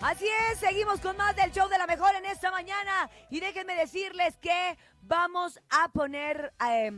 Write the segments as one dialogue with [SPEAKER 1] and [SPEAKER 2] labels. [SPEAKER 1] Así es, seguimos con más del show de la mejor en esta mañana. Y déjenme decirles que vamos a poner. eh,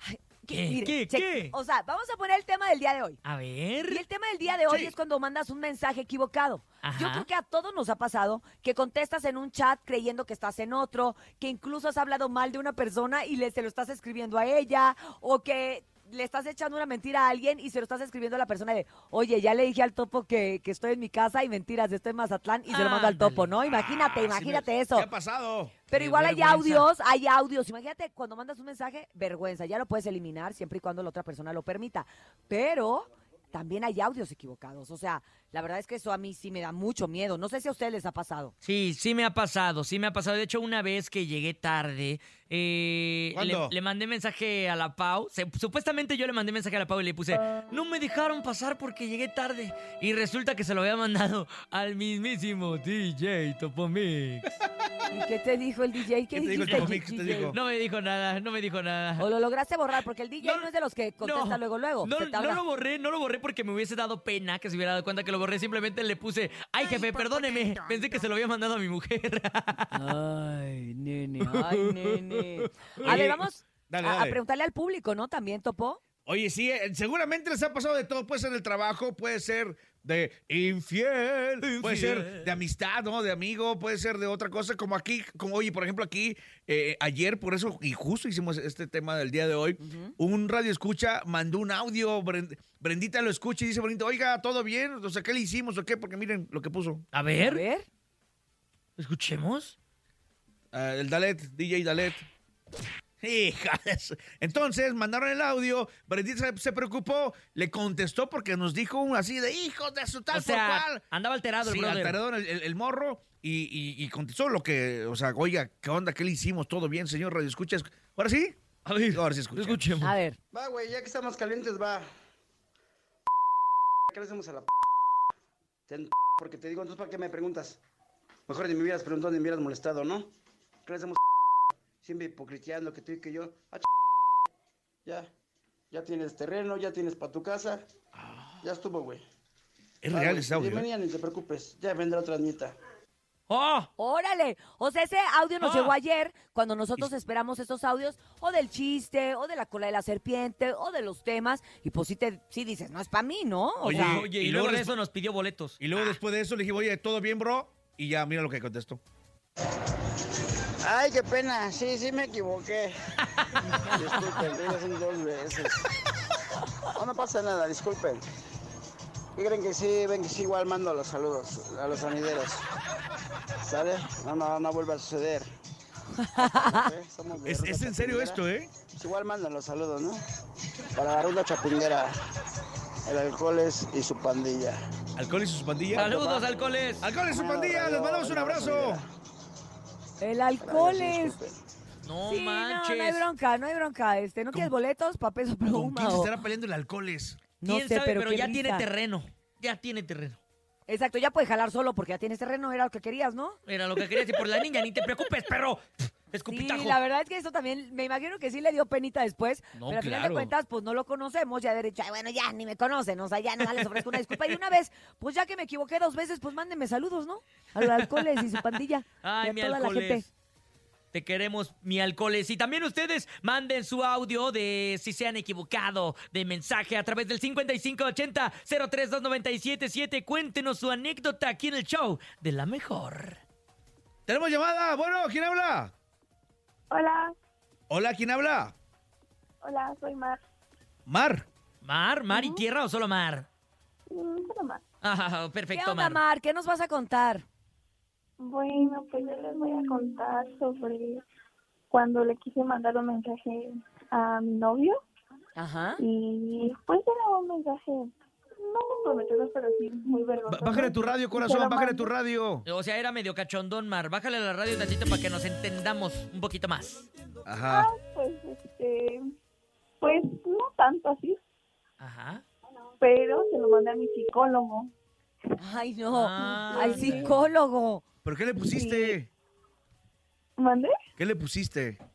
[SPEAKER 1] ay,
[SPEAKER 2] ¿Qué,
[SPEAKER 1] mire,
[SPEAKER 2] qué,
[SPEAKER 1] che-
[SPEAKER 2] qué?
[SPEAKER 1] O sea, vamos a poner el tema del día de hoy.
[SPEAKER 2] A ver.
[SPEAKER 1] Y el tema del día de hoy
[SPEAKER 2] Sí.
[SPEAKER 1] es cuando mandas un mensaje equivocado. Yo
[SPEAKER 2] Ajá.
[SPEAKER 1] creo que a todos nos ha pasado que contestas en un chat creyendo que estás en otro, que incluso has hablado mal de una persona y le, se lo estás escribiendo a ella, o que le estás echando una mentira a alguien y se lo estás escribiendo a la persona de, oye, ya le dije al topo que, que estoy en mi casa y mentiras, estoy en Mazatlán y se lo mando al topo,
[SPEAKER 2] Ándale.
[SPEAKER 1] ¿no? Imagínate,
[SPEAKER 3] Ah,
[SPEAKER 1] imagínate
[SPEAKER 3] sí me-
[SPEAKER 1] eso.
[SPEAKER 3] ¿Qué ha pasado?
[SPEAKER 1] Pero
[SPEAKER 2] Qué
[SPEAKER 1] igual hay
[SPEAKER 2] vergüenza.
[SPEAKER 1] audios, hay audios. Imagínate, cuando mandas un mensaje, vergüenza. Ya lo puedes eliminar siempre y cuando la otra persona lo permita. Pero también hay audios equivocados. O sea, la verdad es que eso a mí sí me da mucho miedo. No sé si a ustedes les ha pasado.
[SPEAKER 2] Sí, sí me ha pasado, sí me ha pasado. De hecho, una vez que llegué tarde, eh,
[SPEAKER 3] ¿Cuándo?
[SPEAKER 2] le, le mandé mensaje a la Pau. Se- supuestamente yo le mandé mensaje a la Pau y le puse, no me dejaron pasar porque llegué tarde. Y resulta que se lo había mandado al mismísimo DJ Topomix.
[SPEAKER 1] ¿Y qué te dijo el DJ? ¿Qué,
[SPEAKER 3] ¿Qué te dijo el
[SPEAKER 1] dijiste,
[SPEAKER 3] Chapomix? ¿Qué te
[SPEAKER 1] DJ?
[SPEAKER 3] dijo?
[SPEAKER 2] No me dijo nada, no me dijo nada.
[SPEAKER 1] O lo lograste borrar, porque el DJ no,
[SPEAKER 2] No,
[SPEAKER 1] es de los que contesta
[SPEAKER 2] no,
[SPEAKER 1] luego, luego.
[SPEAKER 2] No,
[SPEAKER 1] Se te
[SPEAKER 2] no
[SPEAKER 1] habla.
[SPEAKER 2] lo borré, no lo borré porque me hubiese dado pena que se hubiera dado cuenta que lo borré. Simplemente le puse, ay jefe, perdóneme. Pensé que se lo había mandado a mi mujer.
[SPEAKER 1] Ay, nene, ay, nene. A
[SPEAKER 3] Oye,
[SPEAKER 1] ver, vamos
[SPEAKER 3] dale,
[SPEAKER 1] a- a,
[SPEAKER 3] dale.
[SPEAKER 1] preguntarle al público, ¿no? También, Topo.
[SPEAKER 3] Oye, sí, eh, seguramente les ha pasado de todo. Puede ser el trabajo, puede ser de infiel, puede ser
[SPEAKER 2] Infiel.
[SPEAKER 3] de amistad, ¿no? De amigo, puede ser de otra cosa. Como aquí, como oye, por ejemplo, aquí, eh, ayer, por eso, y justo hicimos este tema del día de hoy, un radio escucha mandó un audio. Bren- Brendita lo escucha y dice, Brendita, oiga, ¿todo bien? O sea, ¿qué le hicimos o qué? Porque miren lo que puso.
[SPEAKER 2] A
[SPEAKER 1] A
[SPEAKER 2] ver,
[SPEAKER 1] ver.
[SPEAKER 2] escuchemos.
[SPEAKER 3] Ah, el Dalet, DJ Dalet. Hijas. Entonces mandaron el audio, Brendita se, se preocupó, le contestó porque nos dijo un así de hijos de su tal
[SPEAKER 2] o sea,
[SPEAKER 3] por cual.
[SPEAKER 2] andaba alterado el
[SPEAKER 3] Sí,
[SPEAKER 2] brother.
[SPEAKER 3] alterado el, el- el morro y, y- y contestó lo que, o sea, oiga, ¿qué onda? ¿Qué le hicimos? ¿Todo bien, señor Radio Escucha? Esc- ¿Ahora sí?
[SPEAKER 2] A ver,
[SPEAKER 3] Ahora sí escucha.
[SPEAKER 2] escuchemos.
[SPEAKER 1] A ver.
[SPEAKER 4] Va, güey, ya que estamos calientes, va. ¿Qué le hacemos a la p? Ten porque te digo, entonces, ¿para qué me preguntas? Mejor ni me hubieras preguntado ni me hubieras molestado, ¿no? ¿Qué le hacemos Siempre hipocriteando que tú y que yo. Ah, ya, ya tienes terreno, ya tienes para tu casa. Ya estuvo, güey.
[SPEAKER 3] Ah. Es
[SPEAKER 4] Va,
[SPEAKER 3] real
[SPEAKER 4] güey,
[SPEAKER 3] ese audio. ¿eh?
[SPEAKER 4] Bienvenida, ni te preocupes. Ya vendrá otra niñita.
[SPEAKER 2] ¡Oh!
[SPEAKER 1] Órale, o sea, ese audio nos
[SPEAKER 2] Ah.
[SPEAKER 1] llegó ayer cuando nosotros esperamos estos audios o del chiste, o de la cola de la serpiente, o de los temas, y pues sí, te, sí dices, no es para mí, ¿no? O
[SPEAKER 2] Oye,
[SPEAKER 1] sea,
[SPEAKER 2] oye,
[SPEAKER 3] y
[SPEAKER 2] y,
[SPEAKER 3] luego
[SPEAKER 2] luego de
[SPEAKER 3] despu-
[SPEAKER 2] eso nos pidió boletos.
[SPEAKER 3] ¿eh? Y luego después de eso le dije, oye, ¿todo bien, bro? Y ya, mira lo que contestó.
[SPEAKER 4] Ay, qué pena. Sí, sí me equivoqué. disculpen, ya son dos veces. No, no pasa nada, disculpen. ¿Qué creen que sí? Ven que sí, igual mando los saludos a los sonideros. ¿Sale? No, no, no vuelve a suceder. ¿Eh? Somos de
[SPEAKER 3] Es,
[SPEAKER 4] Ruta
[SPEAKER 3] es en serio
[SPEAKER 4] Chapinguera.
[SPEAKER 3] esto, ¿eh?
[SPEAKER 4] Pues igual mandan los saludos, ¿no? Para la ruta chapinguera, el alcoholes y su pandilla.
[SPEAKER 3] Alcohol y sus pandillas.
[SPEAKER 2] ¡Saludos, alcoholes!
[SPEAKER 3] Alcohol y sus pandillas, les mandamos un abrazo.
[SPEAKER 1] el
[SPEAKER 4] Alcoholes.
[SPEAKER 1] alcohol es...
[SPEAKER 2] No
[SPEAKER 1] Sí, no, no hay
[SPEAKER 2] manches.
[SPEAKER 1] bronca, no hay bronca. Este, ¿no quieres boletos? Papel sobre
[SPEAKER 3] ¿Con
[SPEAKER 1] pluma.
[SPEAKER 3] quién se
[SPEAKER 1] o-
[SPEAKER 3] estará peleando el alcoholes?
[SPEAKER 1] No
[SPEAKER 2] ¿Quién
[SPEAKER 1] sé,
[SPEAKER 2] sabe?
[SPEAKER 1] pero,
[SPEAKER 2] Pero,
[SPEAKER 1] qué
[SPEAKER 2] ya
[SPEAKER 1] risa.
[SPEAKER 2] tiene terreno. Ya tiene terreno.
[SPEAKER 1] Exacto, ya puedes jalar solo porque ya tienes terreno, era lo que querías, ¿no?
[SPEAKER 2] Era lo que quería decir por la niña. Ni te preocupes, perro. Escupitajo.
[SPEAKER 1] Sí, la verdad es que eso también, me imagino que sí le dio penita después,
[SPEAKER 2] No,
[SPEAKER 1] pero al final de
[SPEAKER 2] claro.
[SPEAKER 1] cuentas, pues no lo conocemos, ya derecho, bueno, ya ni me conocen, o sea, ya nada les ofrezco una disculpa. Y una vez, pues ya que me equivoqué dos veces, pues mándenme saludos, ¿no? A los alcoholes y su pandilla. y
[SPEAKER 2] Ay,
[SPEAKER 1] a
[SPEAKER 2] mi
[SPEAKER 1] toda la gente.
[SPEAKER 2] alcoholes. Te queremos, mi alcoholes. Y también ustedes manden su audio de si se han equivocado de mensaje a través del 5580-032977. Cuéntenos su anécdota aquí en el show de la mejor.
[SPEAKER 3] Tenemos llamada. Bueno, ¿quién habla?
[SPEAKER 5] Hola,
[SPEAKER 3] Hola, ¿quién habla?
[SPEAKER 5] hola, soy Mar.
[SPEAKER 3] Mar.
[SPEAKER 2] ¿Mar? ¿Mar y tierra o solo mar?
[SPEAKER 5] Mm, Hola, Mar.
[SPEAKER 2] Ah,
[SPEAKER 1] ¿Qué
[SPEAKER 2] perfecto,
[SPEAKER 1] onda,
[SPEAKER 2] Mar.
[SPEAKER 1] Mar? ¿Qué nos vas a contar?
[SPEAKER 5] Bueno, pues yo les voy a contar sobre cuando le quise mandar un mensaje a mi novio
[SPEAKER 1] Ajá.
[SPEAKER 5] y pues era un mensaje no comprometedor, pero sí muy vergonzoso.
[SPEAKER 3] Bájale tu radio,
[SPEAKER 5] Se
[SPEAKER 3] corazón,
[SPEAKER 5] lo
[SPEAKER 3] bájale tu
[SPEAKER 5] mandé.
[SPEAKER 3] radio.
[SPEAKER 2] O sea, era medio cachondón, Mar. Bájale la radio tantito para que nos entendamos un poquito más.
[SPEAKER 3] Ajá.
[SPEAKER 5] Pues, este, pues no tanto así,
[SPEAKER 2] Ajá.
[SPEAKER 5] pero se lo mandé a mi psicólogo.
[SPEAKER 1] Ay, no.
[SPEAKER 2] Ah,
[SPEAKER 1] Al
[SPEAKER 2] ok.
[SPEAKER 1] psicólogo.
[SPEAKER 3] ¿Pero qué le pusiste?
[SPEAKER 5] ¿Mandé?
[SPEAKER 3] ¿Qué le pusiste?
[SPEAKER 2] Pues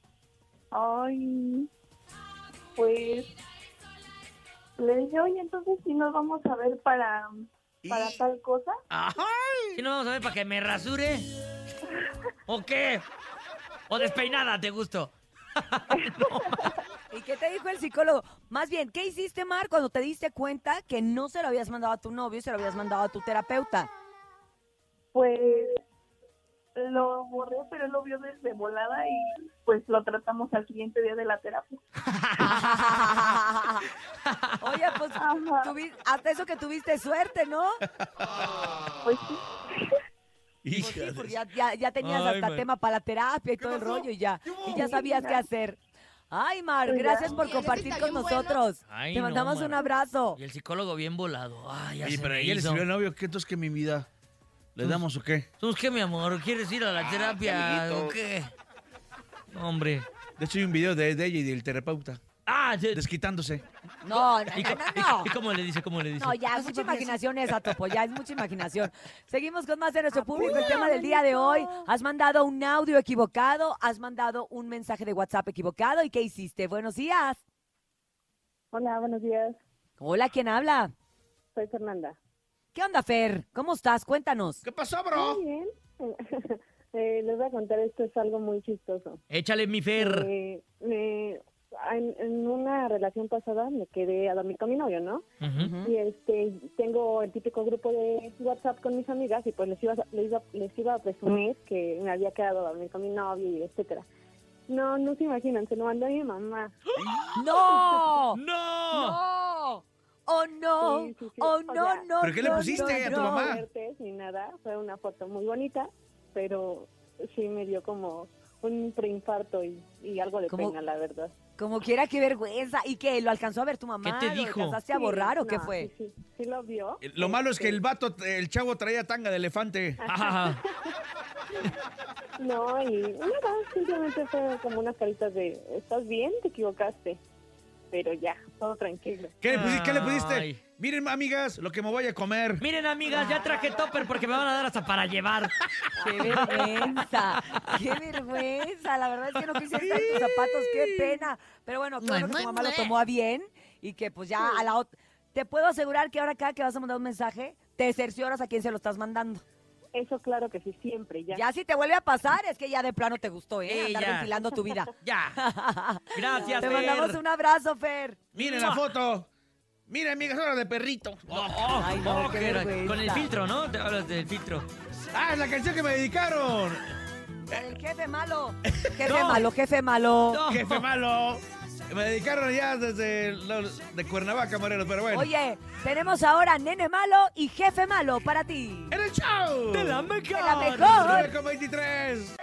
[SPEAKER 5] Ay, pues le dije, oye, entonces si nos vamos a ver para para
[SPEAKER 3] Y-
[SPEAKER 5] tal cosa.
[SPEAKER 2] Ajá. Si no vamos a ver para que me rasure. ¿O qué? ¿O despeinada te gusto?
[SPEAKER 1] ¿Y qué te dijo el psicólogo? Más bien, ¿qué hiciste, Mar, cuando te diste cuenta que no se lo habías mandado a tu novio, se lo habías mandado a tu terapeuta?
[SPEAKER 5] Pues lo borré, pero él lo vio desde volada y pues lo tratamos al siguiente día de la terapia.
[SPEAKER 1] Oye, pues
[SPEAKER 5] Ajá.
[SPEAKER 1] tuvi- hasta eso que tuviste suerte, ¿no?
[SPEAKER 5] Pues sí.
[SPEAKER 1] Pues sí, porque ya, ya- ya tenías
[SPEAKER 2] Ay,
[SPEAKER 1] hasta
[SPEAKER 2] Mar.
[SPEAKER 1] tema para la terapia y todo el rollo y ya. Y ya sabías qué hacer. Ay, Mar,
[SPEAKER 5] Pues ya.
[SPEAKER 1] gracias por
[SPEAKER 6] Oye, ese
[SPEAKER 1] compartir con
[SPEAKER 6] cayó bueno.
[SPEAKER 1] nosotros.
[SPEAKER 2] Ay,
[SPEAKER 1] Te
[SPEAKER 2] no,
[SPEAKER 1] mandamos un
[SPEAKER 2] Mar.
[SPEAKER 1] abrazo.
[SPEAKER 2] Y el psicólogo bien volado. Ay, ya
[SPEAKER 3] Oye,
[SPEAKER 2] se
[SPEAKER 3] pero
[SPEAKER 2] me
[SPEAKER 3] ella le
[SPEAKER 2] hizo. Pues
[SPEAKER 3] escribió al novio, ¿qué entonces que mi vida? ¿Le damos o qué?
[SPEAKER 2] ¿Tú qué, mi amor? ¿Quieres ir a la terapia o qué? Hombre.
[SPEAKER 3] De hecho, hay un video de, de ella y del terapeuta
[SPEAKER 2] Ah, sí.
[SPEAKER 3] desquitándose.
[SPEAKER 1] No, no,
[SPEAKER 2] ¿Y,
[SPEAKER 1] no,
[SPEAKER 2] co- y-
[SPEAKER 1] no, no.
[SPEAKER 2] y cómo le dice? ¿Cómo le dice?
[SPEAKER 1] No, ya es mucha imaginación esa, Topo, ya es mucha imaginación. Seguimos con más de nuestro público. El tema del día de hoy, has mandado un audio equivocado, has mandado un mensaje de WhatsApp equivocado. ¿Y qué hiciste? Buenos días.
[SPEAKER 7] Hola, buenos días.
[SPEAKER 1] Hola, ¿quién habla?
[SPEAKER 7] Soy Fernanda.
[SPEAKER 1] ¿Qué onda, Fer? ¿Cómo estás? Cuéntanos.
[SPEAKER 3] ¿Qué pasó, bro?
[SPEAKER 7] Muy bien. Eh, les voy a contar esto, es algo muy chistoso.
[SPEAKER 2] Échale mi Fer.
[SPEAKER 7] Eh, me- en, en una relación pasada me quedé a dormir con mi novio, ¿no?
[SPEAKER 2] Ujú.
[SPEAKER 1] Ujú.
[SPEAKER 7] Y este, tengo el típico grupo de WhatsApp con mis amigas y pues les iba, les iba, les iba a presumir que me había quedado a dormir con mi novio y etcétera. No, no se imaginan, se lo mandó a mi mamá.
[SPEAKER 1] ¡No!
[SPEAKER 2] ¡No!
[SPEAKER 1] ¡No! ¡Oh, no!
[SPEAKER 7] Sí, sí, sí.
[SPEAKER 1] ¡Oh,
[SPEAKER 7] O
[SPEAKER 1] no,
[SPEAKER 7] sea,
[SPEAKER 1] no!
[SPEAKER 3] ¿pero qué le
[SPEAKER 1] no,
[SPEAKER 3] pusiste
[SPEAKER 1] no,
[SPEAKER 3] a tu
[SPEAKER 1] no.
[SPEAKER 3] mamá?
[SPEAKER 7] fuertes ni nada, fue una foto muy bonita, pero sí me dio como un preinfarto y, y algo de
[SPEAKER 1] ¿Cómo?
[SPEAKER 7] pena, la verdad.
[SPEAKER 1] Como quiera, qué vergüenza. ¿Y qué? ¿Lo alcanzó a ver tu mamá?
[SPEAKER 2] te
[SPEAKER 1] ¿Lo
[SPEAKER 2] dijo?
[SPEAKER 1] alcanzaste a borrar o
[SPEAKER 7] Sí,
[SPEAKER 1] qué
[SPEAKER 7] no,
[SPEAKER 1] fue?
[SPEAKER 7] Sí, sí, sí lo vio.
[SPEAKER 3] Eh, Lo malo es que el
[SPEAKER 7] Este,
[SPEAKER 3] vato, el chavo traía tanga de elefante.
[SPEAKER 2] Ah,
[SPEAKER 7] No, y nada, simplemente fue como unas caritas de, ¿estás bien? Te equivocaste. Pero ya, todo tranquilo.
[SPEAKER 3] ¿Qué le pusiste? ¿Qué le
[SPEAKER 2] Ay.
[SPEAKER 3] pusiste? Miren, amigas, lo que me voy a comer.
[SPEAKER 2] miren, amigas, ya traje topper porque me van a dar hasta para llevar.
[SPEAKER 1] ¡Qué vergüenza! ¡Qué vergüenza! La verdad es que no quise estar en tus zapatos, qué pena. Pero bueno, qué bueno que tu mamá lo tomó a bien y que pues ya a la otra... Te puedo asegurar que ahora cada que vas a mandar un mensaje, te cercioras a quién se lo estás mandando.
[SPEAKER 7] Eso claro que sí, siempre, ya.
[SPEAKER 1] Ya si te vuelve a pasar, es que ya de plano te gustó, ¿eh?
[SPEAKER 2] Sí,
[SPEAKER 1] Andar
[SPEAKER 2] ya.
[SPEAKER 1] ventilando tu vida.
[SPEAKER 2] Ya. Gracias,
[SPEAKER 1] Te
[SPEAKER 2] Fer.
[SPEAKER 1] mandamos un abrazo, Fer.
[SPEAKER 3] Miren la foto. Miren, amigas, ahora de perrito.
[SPEAKER 2] No, oh,
[SPEAKER 1] Ay, no,
[SPEAKER 2] oh,
[SPEAKER 1] qué
[SPEAKER 2] que era-
[SPEAKER 1] vergüenza.
[SPEAKER 2] con el filtro, ¿no? Te hablas del filtro.
[SPEAKER 3] Ah, es la canción que me dedicaron.
[SPEAKER 1] El jefe malo. Jefe
[SPEAKER 2] No.
[SPEAKER 1] malo, jefe malo.
[SPEAKER 2] No.
[SPEAKER 3] Jefe malo. Me dedicaron ya desde los- de Cuernavaca, Morelos, pero bueno.
[SPEAKER 1] Oye, tenemos ahora nene malo y jefe malo para ti.
[SPEAKER 3] ¡En el show!
[SPEAKER 2] ¡De la mejor!
[SPEAKER 1] ¡De la mejor!
[SPEAKER 3] 9 con 23.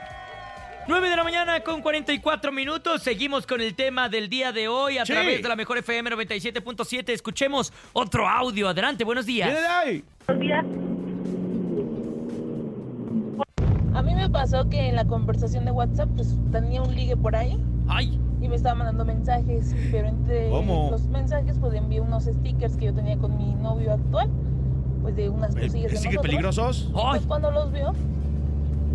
[SPEAKER 2] 9 de la mañana con 44 minutos. Seguimos con el tema del día de hoy a
[SPEAKER 3] Sí.
[SPEAKER 2] través de la mejor FM 97.7. Escuchemos otro audio. Adelante, buenos días.
[SPEAKER 3] Viene de ahí.
[SPEAKER 8] A mí me pasó que en la conversación de WhatsApp pues tenía un ligue por ahí
[SPEAKER 2] Ay,
[SPEAKER 8] y me estaba mandando mensajes, pero entre
[SPEAKER 3] ¿Cómo?
[SPEAKER 8] los mensajes pues le envié unos stickers que yo tenía con mi novio actual, pues de unas cosillas de
[SPEAKER 3] ¿Sigue
[SPEAKER 8] nosotros.
[SPEAKER 3] peligrosos?
[SPEAKER 2] ay.
[SPEAKER 8] Pues cuando los vio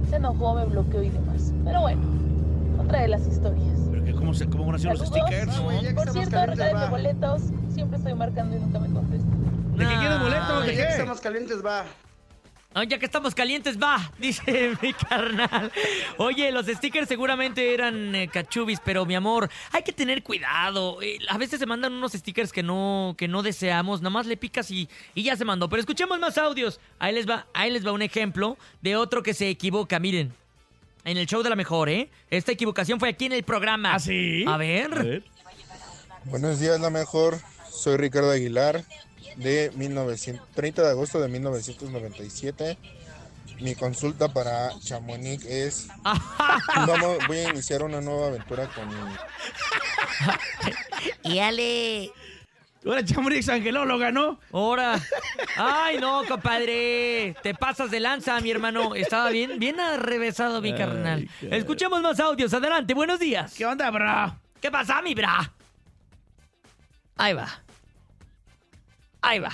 [SPEAKER 8] se enojó, me bloqueó y demás. Pero bueno, otra de las historias.
[SPEAKER 3] ¿Pero qué, ¿Cómo, se, ¿Cómo van a ser los
[SPEAKER 8] Saludos.
[SPEAKER 3] stickers?
[SPEAKER 8] Por
[SPEAKER 3] ¿De
[SPEAKER 8] cierto, regalen boletos, siempre estoy marcando y nunca me contestan.
[SPEAKER 3] qué
[SPEAKER 2] Nah.
[SPEAKER 3] quieres boleto? ¿De
[SPEAKER 4] Oye, ya que
[SPEAKER 3] qué?
[SPEAKER 4] estamos calientes, va.
[SPEAKER 2] Ay, Ah, ya que estamos calientes, va, dice mi carnal. Oye, los stickers seguramente eran eh, cachubis, pero mi amor, hay que tener cuidado. Eh, a veces se mandan unos stickers que no, que no deseamos, nada más le picas y, y ya se mandó. Pero escuchemos más audios. Ahí les va, ahí les va un ejemplo de otro que se equivoca, miren. En el show de la mejor, ¿eh? Esta equivocación fue aquí en el programa.
[SPEAKER 3] ¿Ah, sí?
[SPEAKER 2] A ver.
[SPEAKER 9] Buenos días, la mejor. Soy Ricardo Aguilar, de 1900 30 de agosto de 1997. Mi consulta para Chamonix es, vamos, voy a iniciar una nueva aventura con mi
[SPEAKER 2] Y ale.
[SPEAKER 3] Ahora Chamorix Angelóloga, ¿no?
[SPEAKER 2] Ahora. Ay, no, compadre. Te pasas de lanza, mi hermano. Estaba bien, bien arrevesado, mi carnal. Escuchemos más audios. Adelante, buenos días.
[SPEAKER 3] ¿Qué onda, bro?
[SPEAKER 2] ¿Qué pasa, mi bra? Ahí va. Ahí va.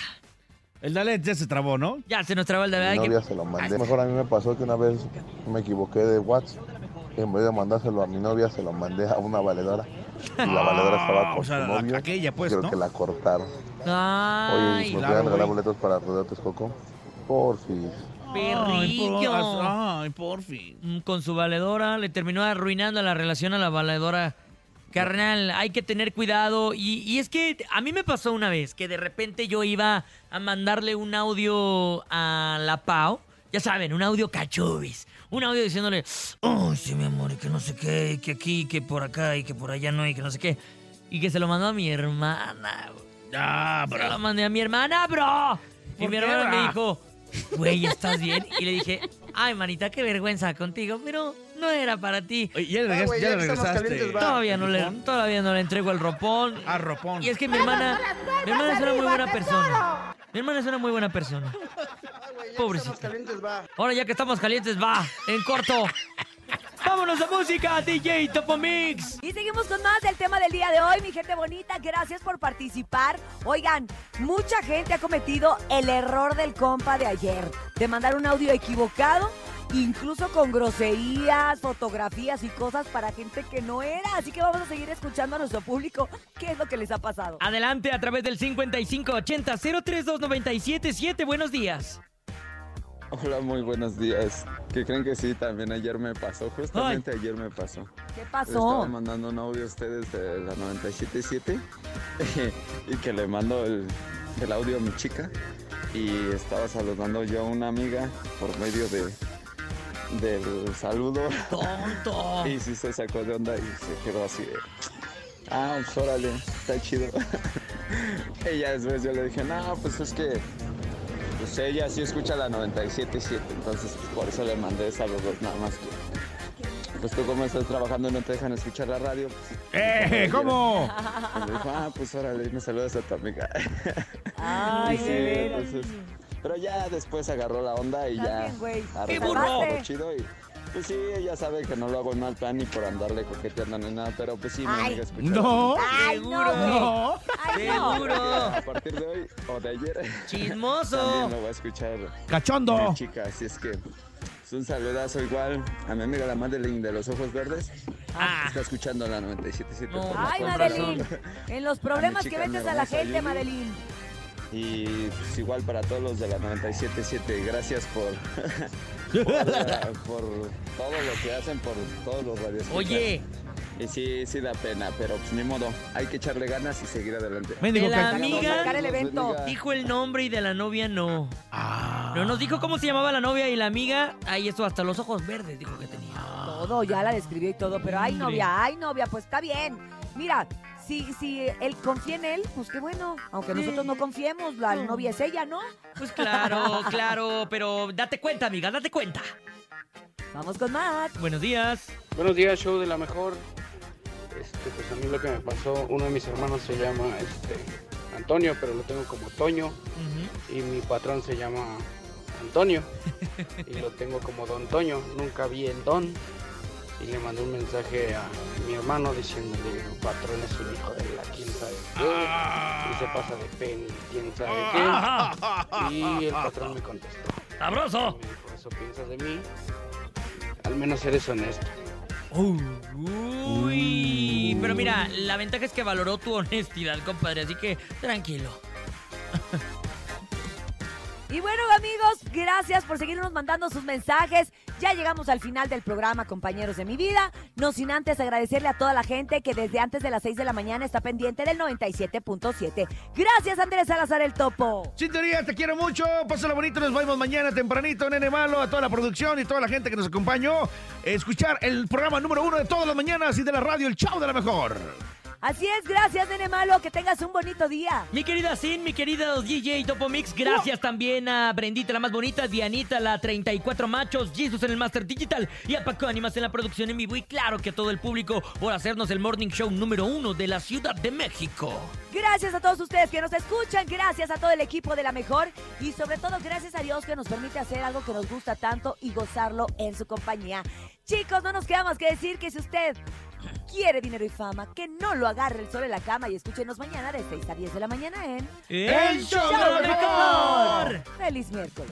[SPEAKER 3] El Dalet ya se trabó, ¿no?
[SPEAKER 2] Ya se nos traba el de verdad.
[SPEAKER 10] Mi
[SPEAKER 2] que-
[SPEAKER 10] novia se lo mandé. Mejor a mí me pasó que una vez me equivoqué de WhatsApp. Y en vez de mandárselo a mi novia, se lo mandé a una valedora. Y la valedora estaba
[SPEAKER 3] Ah,
[SPEAKER 10] con
[SPEAKER 3] o sea,
[SPEAKER 10] su
[SPEAKER 3] la-
[SPEAKER 10] novio.
[SPEAKER 3] aquella, pues,
[SPEAKER 10] Creo
[SPEAKER 3] ¿no?
[SPEAKER 10] que la cortaron. Oye,
[SPEAKER 2] Ay,
[SPEAKER 10] ¿me
[SPEAKER 3] claro,
[SPEAKER 10] pueden regalar
[SPEAKER 3] güey.
[SPEAKER 10] boletos para Rodeo Texcoco? Porfis.
[SPEAKER 3] Ay,
[SPEAKER 2] Perrillo.
[SPEAKER 3] por- ay, por fin.
[SPEAKER 2] Mm, con su valedora, le terminó arruinando la relación a la valedora. Carnal, hay que tener cuidado. Y, y es que a mí me pasó una vez que de repente yo iba a mandarle un audio a la Pau. Ya saben, un audio cachubis. Un audio diciéndole, oh, sí, mi amor, y que no sé qué, y que aquí, y que por acá, y que por allá no, y que no sé qué. Y que se lo mandó a mi hermana. güey.
[SPEAKER 3] Ah,
[SPEAKER 2] Se lo
[SPEAKER 3] bro.
[SPEAKER 2] mandé a mi hermana, bro. Y
[SPEAKER 3] ¿Por
[SPEAKER 2] mi
[SPEAKER 3] qué,
[SPEAKER 2] hermana me
[SPEAKER 3] bra?
[SPEAKER 2] dijo, güey, ¿estás bien? Y le dije, ay, manita, qué vergüenza contigo, pero no era para ti.
[SPEAKER 3] Oye, ya, le
[SPEAKER 4] Ah,
[SPEAKER 3] regres-
[SPEAKER 4] güey,
[SPEAKER 3] ya
[SPEAKER 4] ya
[SPEAKER 3] le
[SPEAKER 4] que estamos
[SPEAKER 3] regresaste.
[SPEAKER 4] calientes, va.
[SPEAKER 2] Todavía no, le,
[SPEAKER 3] ¿Ropón?
[SPEAKER 2] todavía no le entrego el ropón.
[SPEAKER 3] Ah, ropón.
[SPEAKER 2] Y es que mi hermana, mi hermana es una muy buena persona. Mi hermana es una muy buena persona. Pobrecita.
[SPEAKER 4] calientes, va.
[SPEAKER 2] Ahora ya que estamos calientes, va, en corto. Vámonos a música, DJ Topomix.
[SPEAKER 1] Y seguimos con más del tema del día de hoy, mi gente bonita. Gracias por participar. Oigan, mucha gente ha cometido el error del compa de ayer, de mandar un audio equivocado, incluso con groserías, fotografías y cosas para gente que no era. Así que vamos a seguir escuchando a nuestro público qué es lo que les ha pasado.
[SPEAKER 2] Ah, Adelante a través del 5580-032977. Buenos días.
[SPEAKER 6] Hola, muy buenos días. ¿Qué creen que sí? También ayer me pasó, justamente ayer me pasó.
[SPEAKER 1] ¿Qué
[SPEAKER 6] Le estaba
[SPEAKER 1] pasó?
[SPEAKER 6] mandando un audio a ustedes de la 97.7 y que le mando el, el audio a mi chica y estaba saludando yo a una amiga por medio de del saludo
[SPEAKER 2] Tonto.
[SPEAKER 6] y sí se sacó de onda y se quedó así de, ah, pues órale, está chido. y ya después yo le dije, no, pues es que pues ella sí escucha la 97.7, entonces pues, por eso le mandé saludos, nada más que... Pues tú como estás trabajando y no te dejan escuchar la radio, pues
[SPEAKER 3] ¡Eh! ¿Cómo?
[SPEAKER 6] y le dijo, ah, pues órale, me saludas a tu amiga.
[SPEAKER 1] Ay,
[SPEAKER 6] Y sí,
[SPEAKER 1] de veras.
[SPEAKER 6] entonces, pero ya después agarró la onda y
[SPEAKER 1] Estás
[SPEAKER 6] ya
[SPEAKER 1] bien, güey.
[SPEAKER 2] ¡Qué
[SPEAKER 6] arregló
[SPEAKER 2] burro!
[SPEAKER 6] todo chido y pues sí, ella sabe que no lo hago en mal plan ni por andarle coqueteando ni nada, pero pues sí, mi
[SPEAKER 1] Ay.
[SPEAKER 6] amiga escucha.
[SPEAKER 3] No.
[SPEAKER 1] Ay, no,
[SPEAKER 2] Seguro.
[SPEAKER 1] güey.
[SPEAKER 3] No.
[SPEAKER 1] Ay, no.
[SPEAKER 2] Seguro.
[SPEAKER 6] A partir de hoy o de ayer
[SPEAKER 2] Chismoso.
[SPEAKER 6] también lo va a escuchar
[SPEAKER 3] Cachondo.
[SPEAKER 6] mi chica, así es que es un saludazo igual a mi amiga la Madeline de los ojos verdes.
[SPEAKER 2] Ah.
[SPEAKER 6] Está escuchando la 97.7.
[SPEAKER 2] No,
[SPEAKER 6] por la
[SPEAKER 1] Ay,
[SPEAKER 6] compra.
[SPEAKER 1] Madeline. En los problemas
[SPEAKER 6] A mi
[SPEAKER 1] que
[SPEAKER 6] chica
[SPEAKER 1] metes
[SPEAKER 6] me
[SPEAKER 1] a la
[SPEAKER 6] vamos a
[SPEAKER 1] gente,
[SPEAKER 6] ir.
[SPEAKER 1] Madeline.
[SPEAKER 6] Y pues, igual para todos los de la 97.7, gracias por, por, eh, por todo lo que hacen, por todos los radios.
[SPEAKER 2] Oye,
[SPEAKER 6] Y sí, sí da pena, pero pues ni modo, hay que echarle ganas y seguir
[SPEAKER 2] de
[SPEAKER 6] adelante.
[SPEAKER 2] la
[SPEAKER 6] Venga, vamos
[SPEAKER 1] a sacar
[SPEAKER 2] amiga
[SPEAKER 1] el evento.
[SPEAKER 6] bendiga.
[SPEAKER 2] dijo el nombre y de la novia no.
[SPEAKER 3] Ah.
[SPEAKER 2] No nos dijo cómo se llamaba la novia y la amiga. Ay, eso, hasta los ojos verdes dijo que tenía.
[SPEAKER 1] Todo, ya la describió y todo, pero ay
[SPEAKER 2] Hombre.
[SPEAKER 1] novia, ay novia, pues está bien. Mira, si, si él confía en él, pues qué bueno. Aunque nosotros no confiemos, la novia es ella, ¿no?
[SPEAKER 2] Pues claro, claro, pero date cuenta, amiga, date cuenta.
[SPEAKER 1] Vamos con Matt.
[SPEAKER 2] Buenos días.
[SPEAKER 11] Buenos días, show de la mejor. Este, pues a mí lo que me pasó, uno de mis hermanos se llama este, Antonio, pero lo tengo como Toño,
[SPEAKER 2] Ujú.
[SPEAKER 11] y mi patrón se llama Antonio, y lo tengo como Don Toño. Nunca vi el Don, y le mandé un mensaje a mi hermano diciéndole: patrón es un hijo de la quién sabe qué, y se pasa de pen, quién sabe qué. Y el patrón me contestó:
[SPEAKER 2] ¡Sabroso!
[SPEAKER 11] me dijo, Eso piensas de mí, al menos eres honesto.
[SPEAKER 2] Uy, pero mira, la ventaja es que valoró tu honestidad, compadre, así que tranquilo.
[SPEAKER 1] Y bueno, amigos, gracias por seguirnos mandando sus mensajes. Ya llegamos al final del programa, compañeros de mi vida. No sin antes agradecerle a toda la gente que desde antes de las 6 de la mañana está pendiente del 97.7. Gracias, Andrés Salazar el Topo.
[SPEAKER 3] Sintonía, te quiero mucho. Pásala bonito. Nos vemos mañana tempranito, nene malo, a toda la producción y toda la gente que nos acompañó. Escuchar el programa número uno de todas las mañanas y de la radio, el chau de la mejor.
[SPEAKER 1] Así es, gracias, Nene Malo. Que tengas un bonito día.
[SPEAKER 2] Mi querida Sin, mi querida DJ Topo Mix, gracias también a Brendita, la más bonita, Dianita, la 34 Machos, Jesus en el Master Digital y a Paco Animas en la producción en vivo y claro que a todo el público por hacernos el morning show número uno de la Ciudad de México.
[SPEAKER 1] Gracias a todos ustedes que nos escuchan, gracias a todo el equipo de la mejor y sobre todo gracias a Dios que nos permite hacer algo que nos gusta tanto y gozarlo en su compañía. Chicos, no nos queda más que decir que si usted quiere dinero y fama, que no lo agarre el sol en la cama y escúchenos mañana de 6 a 10 de la mañana en
[SPEAKER 2] ¡El
[SPEAKER 1] Show de la Mejor. Feliz miércoles.